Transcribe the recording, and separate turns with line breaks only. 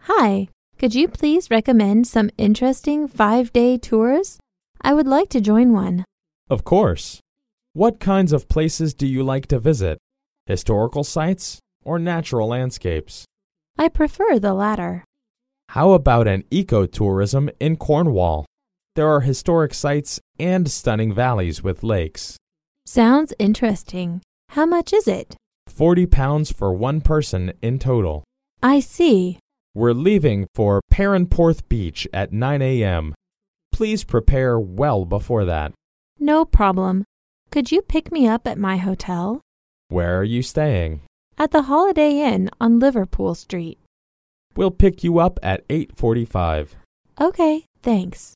Hi, could you please recommend some interesting five day tours? I would like to join one.
Of course. What kinds of places do you like to visit? Historical sites or natural landscapes?
I prefer the latter.
How about an ecotourism in Cornwall? There are historic sites and stunning valleys with lakes.
Sounds interesting. How much is it?
40 pounds for one person in total.
I see.
We're leaving for Perranporth Beach at 9 a.m. Please prepare well before that.
No problem. Could you pick me up at my hotel?
Where are you staying?
At the Holiday Inn on Liverpool Street.
We'll pick you up at 8:45.
Okay, thanks.